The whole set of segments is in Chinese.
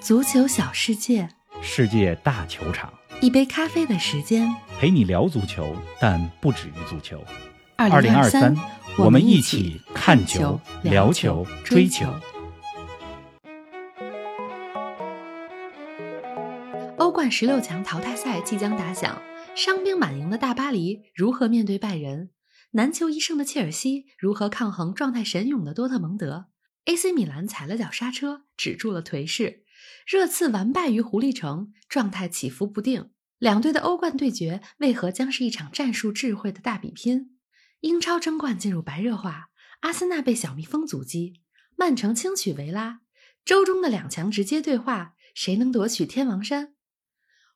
足球小世界，世界大球场，一杯咖啡的时间。陪你聊足球，但不止于足球。二零二三，我们一一起看球、聊球、追球。。欧冠十六强淘汰赛即将打响，伤兵满营的大巴黎如何面对拜仁？难求一胜的切尔西如何抗衡状态神勇的多特蒙德？AC 米兰踩了脚刹车，止住了颓势。热刺完败于狐狸城，状态起伏不定。两队的欧冠对决为何将是一场战术智慧的大比拼？英超争冠进入白热化，阿森纳被小蜜蜂阻击，曼城轻取维拉，周中的两强直接对话，谁能夺取天王山？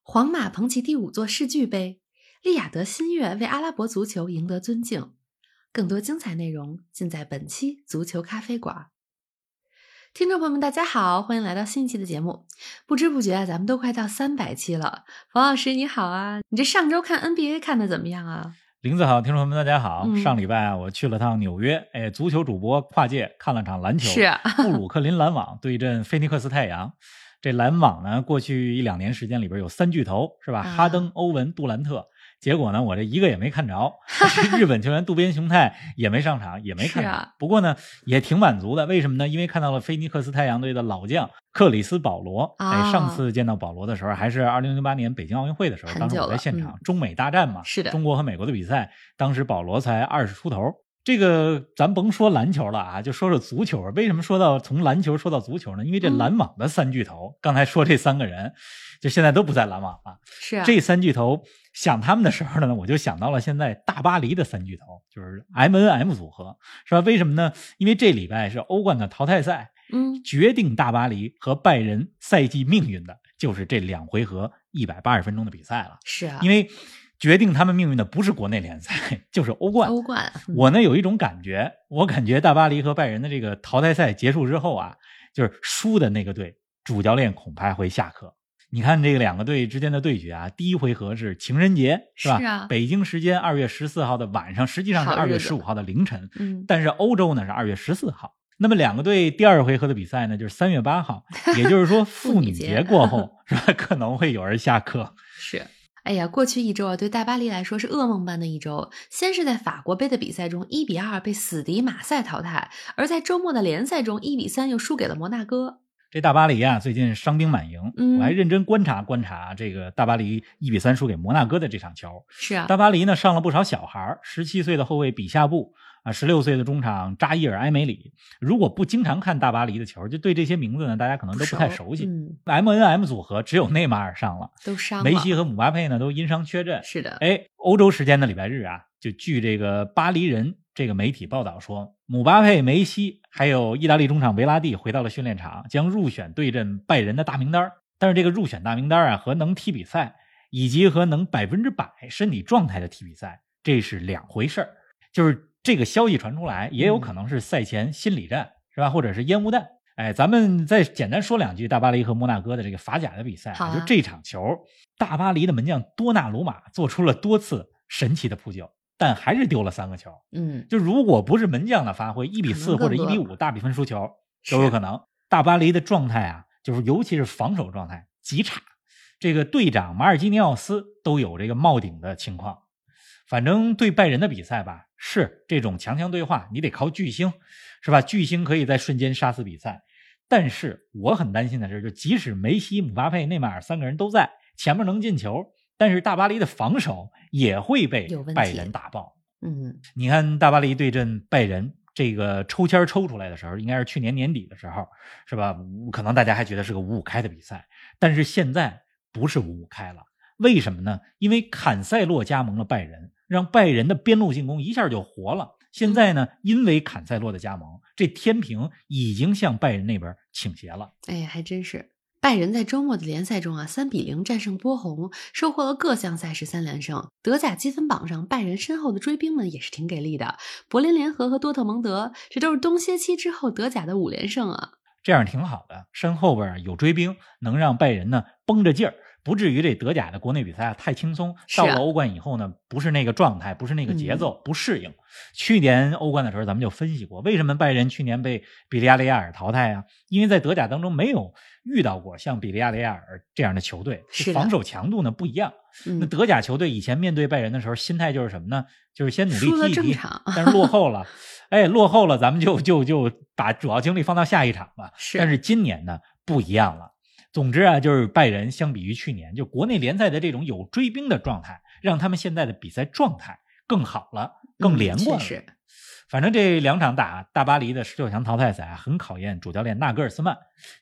皇马捧起第五座世俱杯，利雅得新月为阿拉伯足球赢得尊敬。更多精彩内容尽在本期足球咖啡馆。听众朋友们，大家好，欢迎来到新一期的节目。不知不觉啊，咱们都快到三百期了。冯老师你好啊，你这上周看 NBA 看的怎么样啊？林子好，听众朋友们，大家好。嗯上礼拜啊，我去了趟纽约，哎，足球主播跨界看了场篮球，是啊布鲁克林篮网对阵菲尼克斯太阳。这篮网呢，过去一两年时间里边有三巨头，是吧？啊哈登、欧文、杜兰特。结果呢，我这一个也没 看着，日本球员渡边雄太也没上场，也没是看着。啊不过呢，也挺满足的。为什么呢？因为看到了菲尼克斯太阳队的老将克里斯保罗。啊哎，上次见到保罗的时候，还是二零零八年北京奥运会的时候，很当时久我在了现场，嗯中美大战嘛。是的中国和美国的比赛，当时保罗才二十出头。这个咱甭说篮球了啊，就说说足球。为什么说到从篮球说到足球呢？因为这嗯篮网的三巨头，刚才说这三个人，就现在都不在篮网了。是啊，这三巨头想他们的时候呢，我就想到了现在大巴黎的三巨头，就是 M N M 组合，是吧？为什么呢？因为这礼拜是欧冠的淘汰赛，嗯，决定大巴黎和拜仁赛季命运的就是这两回合一百八十分钟的比赛了。是啊，因为为决定他们命运的不是国内联赛， 就是欧冠。欧冠，嗯我呢有一种感觉，我感觉大巴黎和拜仁的这个淘汰赛结束之后啊，就是输的那个队主教练恐怕会下课。你看这两个队之间的对决啊，第一回合是情人节，是吧？是啊北京时间二月十四号的晚上，实际上是好二日月子十五号的凌晨，嗯，但是欧洲呢是二月十四号。那么两个队第二回合的比赛呢，就是三月八号，也就 是说妇女女节节 过后，是吧？可能会有人下课。是。哎呀，过去一周啊，对大巴黎来说是噩梦般的一周。先是在法国杯的比赛中，一比二被死敌马赛淘汰；而在周末的联赛中，一比三又输给了摩纳哥。这大巴黎啊，最近伤兵满营，嗯我还认真观察观察这个大巴黎一比三输给摩纳哥的这场球。是啊，大巴黎呢上了不少小孩十七岁的后卫比夏布啊，十六岁的中场扎伊尔埃梅里。如果不经常看大巴黎的球，就对这些名字呢，大家可能都不太熟悉。嗯， M N M 组合只有内马尔上了，都伤了。梅西和姆巴佩呢都因伤缺阵。是的，哎，欧洲时间的礼拜日啊，就据这个巴黎人这个媒体报道说，姆巴佩、梅西还有意大利中场维拉蒂回到了训练场，将入选对阵拜仁的大名单儿。但是这个入选大名单儿啊，和能踢比赛以及和能百分之百身体状态的踢比赛，这是两回事儿。就是这个消息传出来，也有可能是赛前心理战，是吧？或者是烟雾弹。哎，咱们再简单说两句大巴黎和摩纳哥的这个法甲的比赛、好啊就这场球，大巴黎的门将多纳鲁马做出了多次神奇的扑救，但还是丢了三个球。嗯，就如果不是门将的发挥，一比四可或者能更一多比五大比分输球是都有可能。大巴黎的状态啊，就是尤其是防守状态极差，这个队长马尔基尼奥斯都有这个冒顶的情况。反正对拜仁的比赛吧，是这种强强对话，你得靠巨星，是吧？巨星可以在瞬间杀死比赛。但是我很担心的是，就即使梅西、姆巴佩、内马尔三个人都在前面能进球，但是大巴黎的防守也会被有问题拜仁打爆。嗯，你看大巴黎对阵拜仁这个抽签抽出来的时候，应该是去年年底的时候，是吧？五可能大家还觉得是个五五开的比赛，但是现在不是五五开了。为什么呢？因为坎塞洛加盟了拜仁，让拜仁的边路进攻一下就活了。现在呢，因为坎塞洛的加盟，这天平已经向拜仁那边倾斜了。哎，还真是。拜仁在周末的联赛中啊，三比零战胜波鸿，收获了各项赛事三连胜。德甲积分榜上，拜仁身后的追兵们也是挺给力的。柏林联合和多特蒙德，这都是冬歇期之后德甲的五连胜啊。这样挺好的，身后边有追兵，能让拜仁呢绷着劲儿，不至于这德甲的国内比赛啊太轻松。是到啊嗯了欧冠以后呢，不是那个状态，不是那个节奏，不适应。去年欧冠的时候，咱们就分析过，为什么拜仁去年被比利亚雷亚尔淘汰啊？因为在德甲当中没有遇到过像比利亚雷亚尔这样的球队，是的防守强度呢不一样。那嗯，德甲球队以前面对拜仁的时候，心态就是什么呢？就是先努力输了踢一正踢，常但是落后 了，哎，落后了，咱们就就就把主要精力放到下一场吧。是但是今年呢不一样了。总之啊，就是拜仁相比于去年，就国内联赛的这种有追兵的状态，让他们现在的比赛状态更好了，更嗯连确贯了。实，反正这两场打大巴黎的十六强淘汰赛啊，很考验主教练纳格尔斯曼。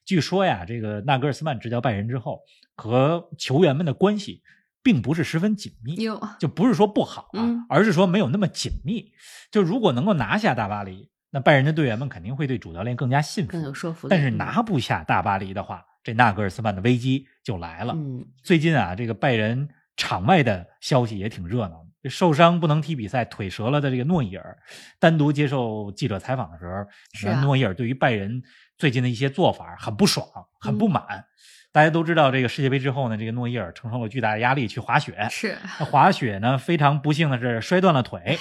据说呀，这个纳格尔斯曼执教拜仁之后，和球员们的关系并不是十分紧密，哟，就不是说不好啊，嗯而是说没有那么紧密。就如果能够拿下大巴黎，那拜仁的队员们肯定会对主教练更加信服更。有说服力。但是嗯拿不下大巴黎的话，这纳格尔斯曼的危机就来了。嗯，最近啊，这个拜仁场外的消息也挺热闹的。受伤不能踢比赛、腿折了的这个诺伊尔，单独接受记者采访的时候，是啊诺伊尔对于拜仁最近的一些做法很不爽、很嗯不满。大家都知道，这个世界杯之后呢，这个诺伊尔承受了巨大的压力去滑雪，是那滑雪呢，非常不幸的是摔断了腿，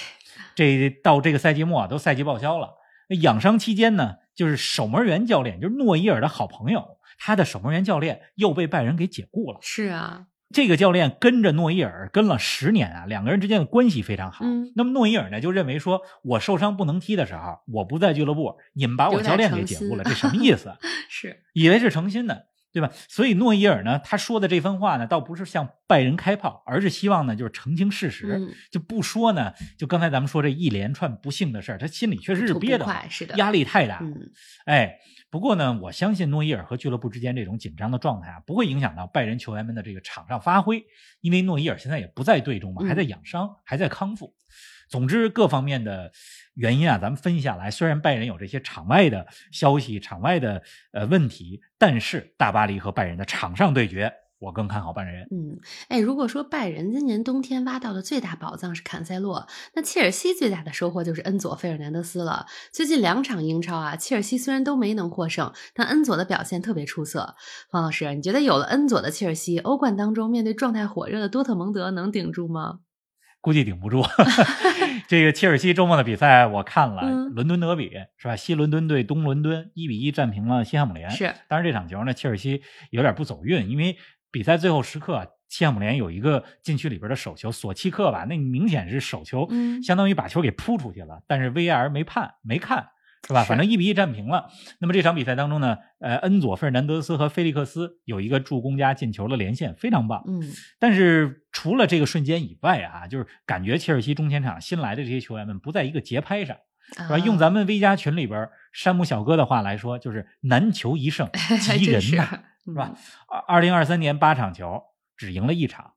这到这个赛季末、啊、都赛季报销了。那养伤期间呢，就是守门员教练，就是诺伊尔的好朋友，他的守门员教练又被拜仁给解雇了。是啊，这个教练跟着诺伊尔跟了十年啊，两个人之间的关系非常好。嗯，那么诺伊尔呢，就认为说，我受伤不能踢的时候，我不在俱乐部，你们把我有点教练诚给解雇了，这心什么意思啊？ 是以为是诚心的，对吧？所以诺伊尔呢，他说的这番话呢，倒不是向拜仁开炮，而是希望呢，就是澄清事实，嗯就不说呢。就刚才咱们说这一连串不幸的事儿，他心里确实是吐不憋的，快，是的，压力太大。嗯，哎，不过呢，我相信诺伊尔和俱乐部之间这种紧张的状态啊，不会影响到拜仁球员们的这个场上发挥，因为诺伊尔现在也不在队中嘛，嗯还在养伤，还在康复。总之，各方面的原因啊，咱们分析下来，虽然拜仁有这些场外的消息、场外的呃问题，但是大巴黎和拜仁的场上对决，我更看好拜仁。嗯，哎，如果说拜仁今年冬天挖到的最大宝藏是坎塞洛，那切尔西最大的收获就是恩佐费尔南德斯了。最近两场英超啊，切尔西虽然都没能获胜，但恩佐的表现特别出色。方老师，你觉得有了恩佐的切尔西，欧冠当中面对状态火热的多特蒙德能顶住吗？估计顶不住。 这个切尔西周末的比赛我看了，嗯伦敦德比是吧？西伦敦对东伦敦，一比一战平了西汉姆联。是，当然这场球呢，切尔西有点不走运，因为比赛最后时刻啊，西汉姆联有一个禁区里边的手球，索契克吧，那明显是手球，嗯相当于把球给扑出去了，但是 VR 没判，没看。是吧？是反正一比一战平了。那么这场比赛当中呢，呃，恩佐费尔南德斯和菲利克斯有一个助攻加进球的连线，非常棒。嗯，但是除了这个瞬间以外啊，就是感觉切尔西中前场新来的这些球员们不在一个节拍上，是吧？啊用咱们 V 加群里边山姆小哥的话来说，就是难求一胜 还及真人是呐。是吧？二零二三年八场球只赢了一场，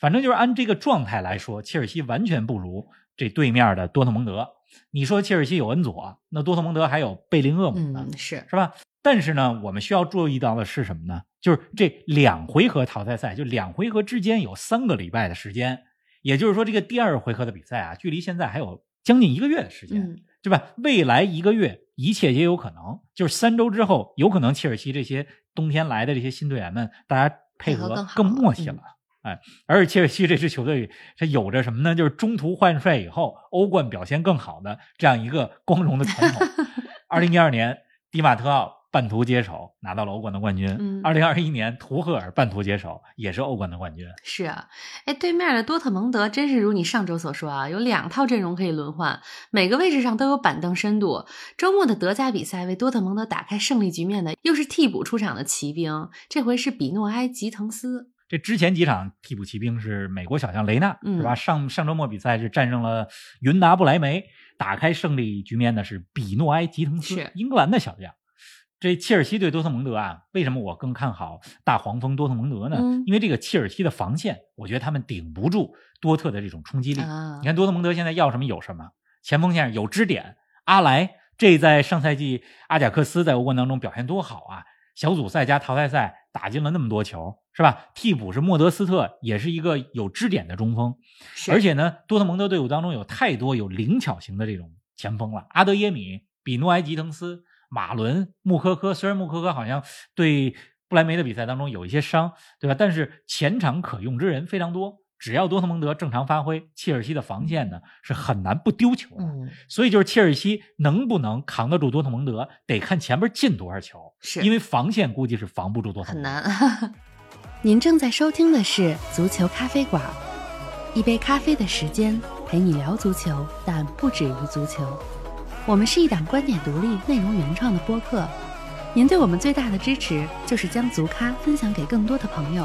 反正就是按这个状态来说，切尔西完全不如这对面的多特蒙德。你说切尔西有恩佐，那多特蒙德还有贝林厄姆呢，嗯，是是吧？但是呢，我们需要注意到的是什么呢？就是这两回合淘汰赛，就两回合之间有三个礼拜的时间，也就是说，这个第二回合的比赛啊，距离现在还有将近一个月的时间，嗯，对吧？未来一个月，一切也有可能，就是三周之后，有可能切尔西这些冬天来的这些新队员们，大家配配合更合好更默契嗯了。哎，而且切尔西这支球队，它有着什么呢？就是中途换帅以后，欧冠表现更好的这样一个光荣的传 统。二零一二年，迪马特奥半途接手拿到了欧冠的冠军嗯；二零二一年，图赫尔半途接手也是欧冠的冠军。是啊，哎，对面的多特蒙德真是如你上周所说啊，有两套阵容可以轮换，每个位置上都有板凳深度。周末的德甲比赛为多特蒙德打开胜利局面的，又是替补出场的骑兵，这回是比诺埃吉滕斯。这之前几场替补骑兵是美国小将雷纳，嗯是吧？上上周末比赛是战胜了云达不莱梅，打开胜利局面的是比诺埃吉滕斯是，英格兰的小将。这切尔西对多特蒙德啊，为什么我更看好大黄蜂多特蒙德呢？嗯因为这个切尔西的防线，我觉得他们顶不住多特的这种冲击力。啊嗯你，看多特蒙德现在要什么有什么，前锋线上有支点，阿莱这在上赛季阿贾克斯在欧冠当中表现多好啊，小组赛加淘汰赛打进了那么多球，是吧？替补是莫德斯特，也是一个有支点的中锋，是而且呢，多特蒙德队伍当中有太多有灵巧型的这种前锋了，阿德耶米、比诺埃吉滕斯、马伦、穆科科，虽然穆科科好像对。布布莱梅的比赛当中有一些伤，对吧？但是前场可用之人非常多，只要多特蒙德正常发挥，切尔西的防线呢是很难不丢球的。嗯，所以就是切尔西能不能扛得住多特蒙德，得看前边进多少球，是因为防线估计是防不住多特很蒙德。难。您正在收听的是《足球咖啡馆》，一杯咖啡的时间陪你聊足球，但不止于足球。我们是一档观点独立、内容原创的播客。您对我们最大的支持就是将足咖分享给更多的朋友，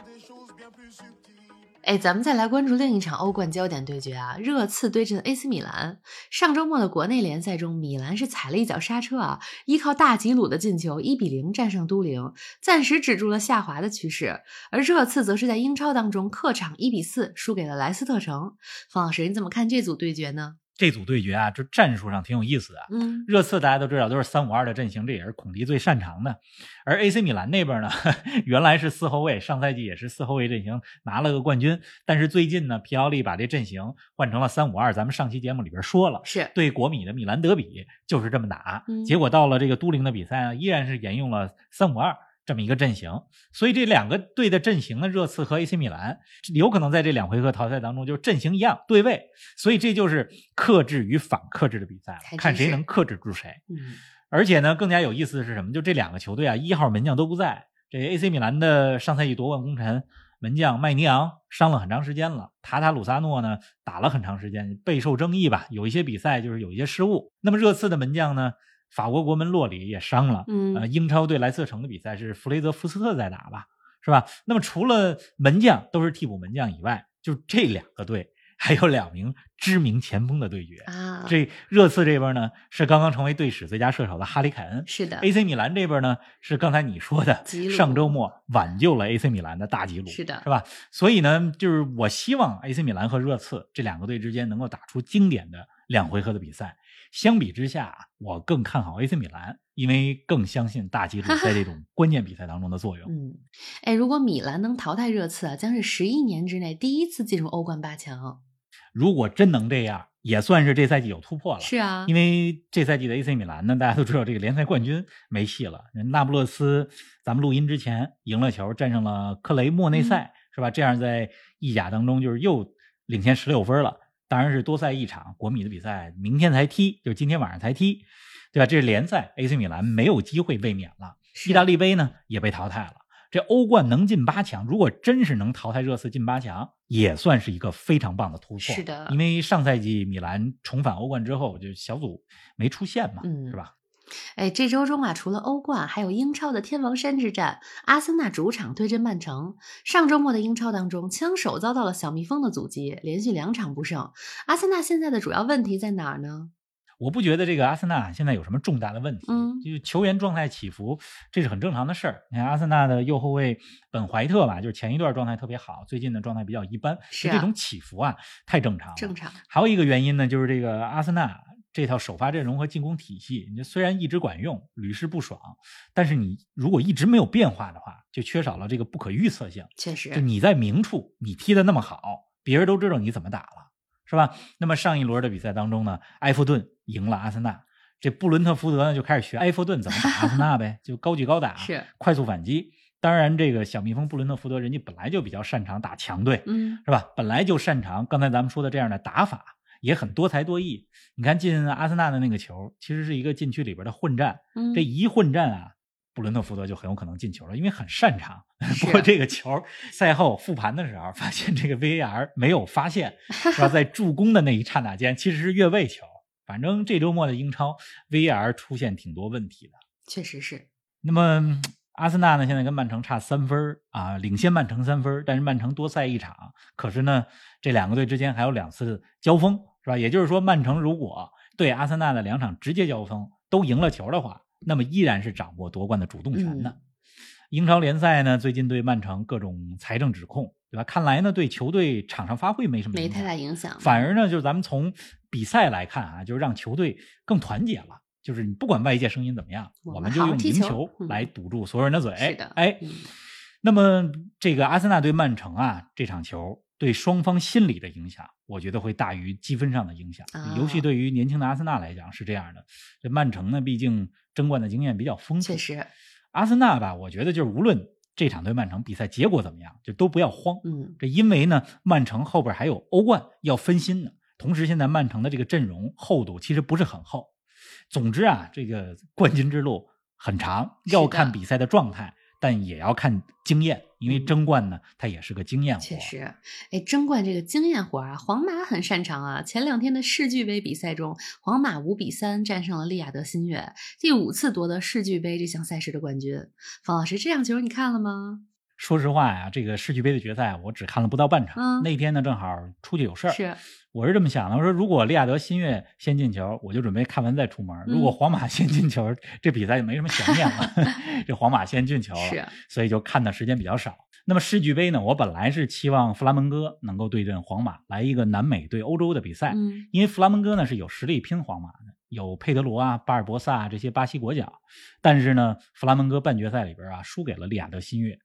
哎，咱们再来关注另一场欧冠焦点对决啊，热刺对阵 AC 米兰。上周末的国内联赛中，米兰是踩了一脚刹车啊，依靠大吉鲁的进球，一比零战胜都灵，暂时止住了下滑的趋势。而热刺则是在英超当中客场一比四输给了莱斯特城。方老师，你怎么看这组对决呢？这组对决啊，就战术上挺有意思的。啊嗯，热刺大家都知道都是三五二的阵型，这也是孔蒂最擅长的。而 AC 米兰那边呢， 原来是四后卫，上赛季也是四后卫阵型拿了个冠军，但是最近呢，皮奥利把这阵型换成了三五二。咱们上期节目里边说了，是对国米的米兰德比就是这么打嗯，结果到了这个都灵的比赛呢，依然是沿用了三五二。这么一个阵型，所以这两个队的阵型呢，热刺和 AC 米兰有可能在这两回合淘汰当中，就是阵型一样对位，所以这就是克制与反克制的比赛了还真，看谁是能克制住谁。嗯，而且呢，更加有意思的是什么？就这两个球队啊，一号门将都不在。这 AC 米兰的上赛季夺冠功臣门将麦尼昂伤了很长时间了，塔塔鲁萨诺呢打了很长时间，备受争议吧，有一些比赛就是有一些失误。那么热刺的门将呢，法国国门洛里也伤了。嗯呃，英超对莱斯特城的比赛是弗雷泽福斯特在打吧，是吧？那么除了门将都是替补门将以外，就这两个队还有两名知名前锋的对决。啊，这热刺这边呢是刚刚成为队史最佳射手的哈里凯恩是的， ，AC 米兰这边呢是刚才你说的 吉鲁上周末挽救了 AC 米兰的大吉鲁，是的是吧？所以呢，就是我希望 AC 米兰和热刺这两个队之间能够打出经典的两回合的比赛。相比之下，啊我更看好 AC 米兰，因为更相信大吉鲁在这 种关键比赛当中的作用。嗯，哎，如果米兰能淘汰热刺啊，将是十一年之内第一次进入欧冠八强。如果真能这样，也算是这赛季有突破了。是啊，因为这赛季的 AC 米兰呢，大家都知道这个联赛冠军没戏了。那不勒斯，咱们录音之前赢了球，战胜了克雷莫内塞，是吧？这样在意甲当中就是又领先十六分了。当然是多赛一场，国米的比赛明天才踢，就今天晚上才踢，对吧？这是联赛，AC 米兰没有机会卫冕了。是意大利杯呢也被淘汰了。这欧冠能进八强，如果真是能淘汰热刺进八强，也算是一个非常棒的突破。是的因为上赛季米兰重返欧冠之后，就小组没出现嘛，嗯是吧？哎，这周中啊，除了欧冠，还有英超的天王山之战，阿森纳主场对阵曼城。上周末的英超当中，枪手遭到了小蜜蜂的阻击，连续两场不胜。阿森纳现在的主要问题在哪儿呢？我不觉得这个阿森纳现在有什么重大的问题，嗯就是球员状态起伏，这是很正常的事儿。你看阿森纳的右后卫本怀特吧，就是前一段状态特别好，最近的状态比较一般，是啊就这种起伏啊，太正常了。正常，还有一个原因呢，就是这个阿森纳这套首发阵容和进攻体系，你虽然一直管用，屡试不爽，但是你如果一直没有变化的话，就缺少了这个不可预测性。确就实，你在明处，你踢得那么好，别人都知道你怎么打了，是吧？那么上一轮的比赛当中呢，埃弗顿赢了阿森纳，这布伦特福德呢就开始学埃弗顿怎么打阿森纳呗，就高举高打，是，快速反击。当然，这个小蜜蜂布伦特福德人家本来就比较擅长打强队，嗯，是吧？本来就擅长刚才咱们说的这样的打法，也很多才多艺。你看进阿森纳的那个球，其实是一个禁区里边的混战，嗯这一混战啊，布伦特福德就很有可能进球了，因为很擅长。是啊不过这个球赛后复盘的时候，发现这个 VAR 没有 发现，是吧？在助攻的那一刹那间，其实是越位球。反正这周末的英超 VAR 出现挺多问题的。确实是，那么嗯阿森纳呢，现在跟曼城差三分儿啊，领先曼城三分儿，但是曼城多赛一场。可是呢，这两个队之间还有两次交锋，是吧？也就是说，曼城如果对阿森纳的两场直接交锋都赢了球的话，那么依然是掌握夺冠的主动权的。嗯英超联赛呢，最近对曼城各种财政指控，对吧？看来呢，对球队场上发挥没什么没影太响，大影响。反而呢，就是咱们从比赛来看啊，就是让球队更团结了。就是你不管外界声音怎么样，我我们们就好好用踢赢球球嗯来堵住所有人的嘴。是的哎嗯，那么这个阿森纳对曼城啊这场球对双方心理的影响，我觉得会大于积分上的影响，啊尤其对于年轻的阿森纳来讲是这样的。这曼城呢，毕竟争冠的经验比较丰富，确实，阿森纳吧，我觉得就是无论这场对曼城比赛结果怎么样，就都不要慌。嗯，这因为呢，曼城后边还有欧冠要分心呢。同时，现在曼城的这个阵容厚度其实不是很厚。总之啊，这个冠军之路很长，是的要看比赛的状态，但也要看经验，因为嗯争冠呢，它也是个经验活。确实，哎，争冠这个经验活儿啊，皇马很擅长啊。前两天的世俱杯比赛中，皇马五比三战胜了利雅得新月，第五次夺得世俱杯这项赛事的冠军。方老师，这场球你看了吗？说实话呀，这个世俱杯的决赛我只看了不到半场。嗯那天呢，正好出去有事儿，是，我是这么想的，我说如果利亚德新月先进球，我就准备看完再出门；嗯如果皇马先进球，这比赛就没什么悬 念了。这皇马先进球了，是，所以就看的时间比较少。那么世俱杯呢，我本来是期望弗拉门戈能够对阵皇马，来一个南美对欧洲的比赛，嗯，因为弗拉门戈呢是有实力拼皇马的，有佩德罗啊、巴尔博萨、啊、这些巴西国脚。但是呢，弗拉门戈半决赛里边啊输给了利雅得新月。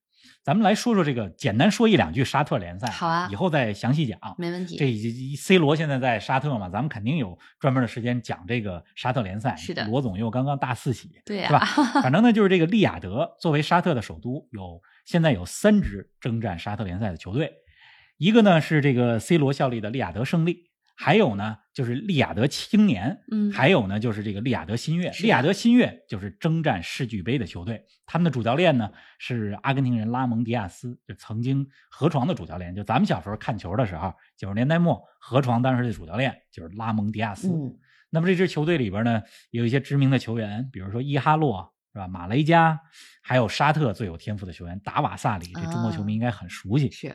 咱们来说说这个，简单说一两句沙特联赛，好啊以后再详细讲。没问题。这一 C 罗现在在沙特嘛，咱们肯定有专门的时间讲这个沙特联赛。是的罗总又刚刚大四喜，对 是吧呀、？反正呢，就是这个利雅得作为沙特的首都，有现在有三支征战沙特联赛的球队，一个呢是这个 C 罗效力的利雅得胜利，还有呢就是利雅得青年，嗯，还有呢，就是这个利雅得新月，是的利雅得新月就是征战世俱杯的球队，他们的主教练呢是阿根廷人拉蒙迪亚斯，就曾经河床的主教练，就咱们小时候看球的时候，九十年代末河床当时的主教练就是拉蒙迪亚斯。嗯，那么这支球队里边呢，也有一些知名的球员，比如说伊哈洛是吧，马雷加，还有沙特最有天赋的球员达瓦萨里，这中国球啊迷应该很熟悉。是，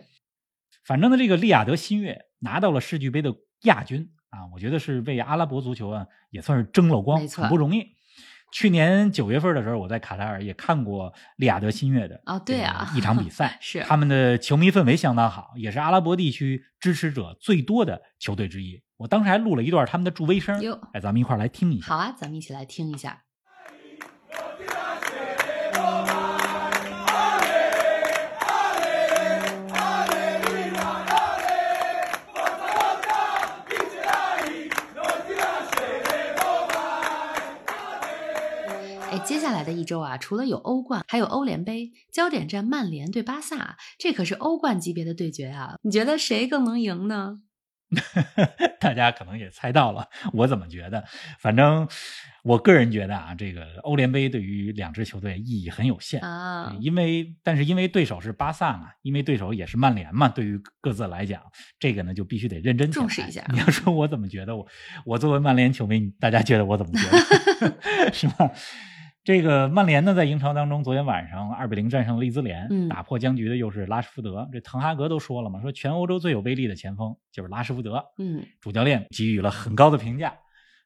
反正呢，这个利雅得新月拿到了世俱杯的亚军啊，我觉得是为阿拉伯足球啊也算是争了光，没错很不容易。去年九月份的时候，我在卡塔尔也看过利雅得新月的哦对啊这个一场比赛是他们的球迷氛围相当好，也是阿拉伯地区支持者最多的球队之一。我当时还录了一段他们的助威声哟，哎，咱们一块儿来听一下。好啊，咱们一起来听一下。哎，接下来的一周啊，除了有欧冠，还有欧联杯，焦点战曼联对巴萨，这可是欧冠级别的对决啊！你觉得谁更能赢呢？ 大家可能也猜到了，我怎么觉得？反正我个人觉得啊，这个欧联杯对于两支球队意义很有限。啊，嗯因为但是因为对手是巴萨嘛，因为对手也是曼联嘛，对于各自来讲，这个呢就必须得认真起来重视一下嗯你要说我怎么觉得我，我作为曼联球迷，大家觉得我怎么 觉得 是吧？这个曼联呢，在英超当中，昨天晚上二比零战胜利兹联，嗯打破僵局的又是拉什福德。这滕哈格都说了嘛，说全欧洲最有威力的前锋就是拉什福德。嗯，主教练给予了很高的评价。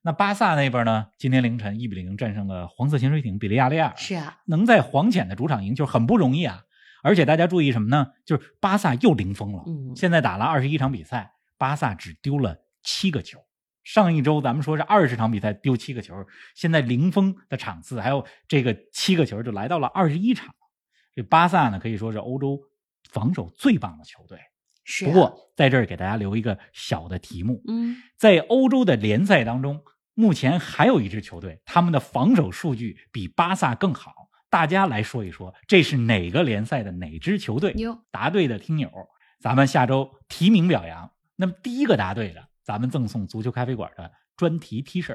那巴萨那边呢？今天凌晨一比零战胜了黄色潜水艇比利亚雷亚尔，是啊，能在黄潜的主场赢球很不容易啊！而且大家注意什么呢？就是巴萨又零封了，嗯，现在打了二十一场比赛，巴萨只丢了七个球。上一周咱们说是二十场比赛丢七个球，现在零封的场次还有这个七个球就来到了二十一场。这巴萨呢可以说是欧洲防守最棒的球队。是、啊。不，过在这儿给大家留一个小的题目，嗯，在欧洲的联赛当中，目前还有一支球队，他们的防守数据比巴萨更好。大家来说一说，这是哪个联赛的哪支球队？哟，答对的听友，咱们下周提名表扬。那么第一个答对的，咱们赠送足球咖啡馆的专题 T 恤，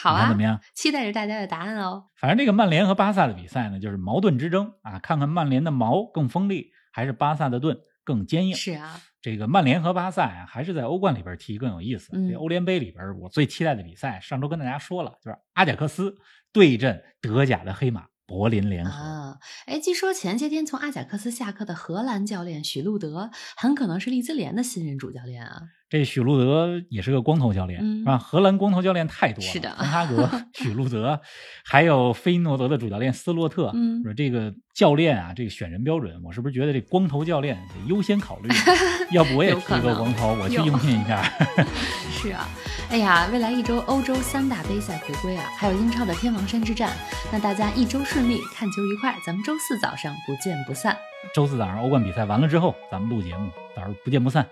好你看啊怎么，样？期待着大家的答案哦。反正这个曼联和巴萨的比赛呢，就是矛盾之争啊，看看曼联的矛更锋利，还是巴萨的盾更坚硬。是啊，这个曼联和巴萨呀、还是在欧冠里边踢更有意思。嗯这欧联杯里边，我最期待的比赛，上周跟大家说了，就是阿贾克斯对阵德甲的黑马柏林联合。啊，哎，据说前些天从阿贾克斯下课的荷兰教练许路德，很可能是利兹联的新任主教练啊。这许路德也是个光头教练，嗯是吧？荷兰光头教练太多了，是的滕哈 格、许路德，还有菲诺德的主教练斯洛特。嗯说这个教练啊，这个选人标准，我是不是觉得这光头教练得优先考虑？要不我 也有剃可个能光头，我去有应聘一下。 是啊，哎呀，未来一周欧洲三大杯赛回归啊，还有英超的天王山之战，那大家一周顺利，看球愉快，咱们周四早上不见不散。周四早上欧冠比赛完了之后，咱们录节目，到时候不见不散。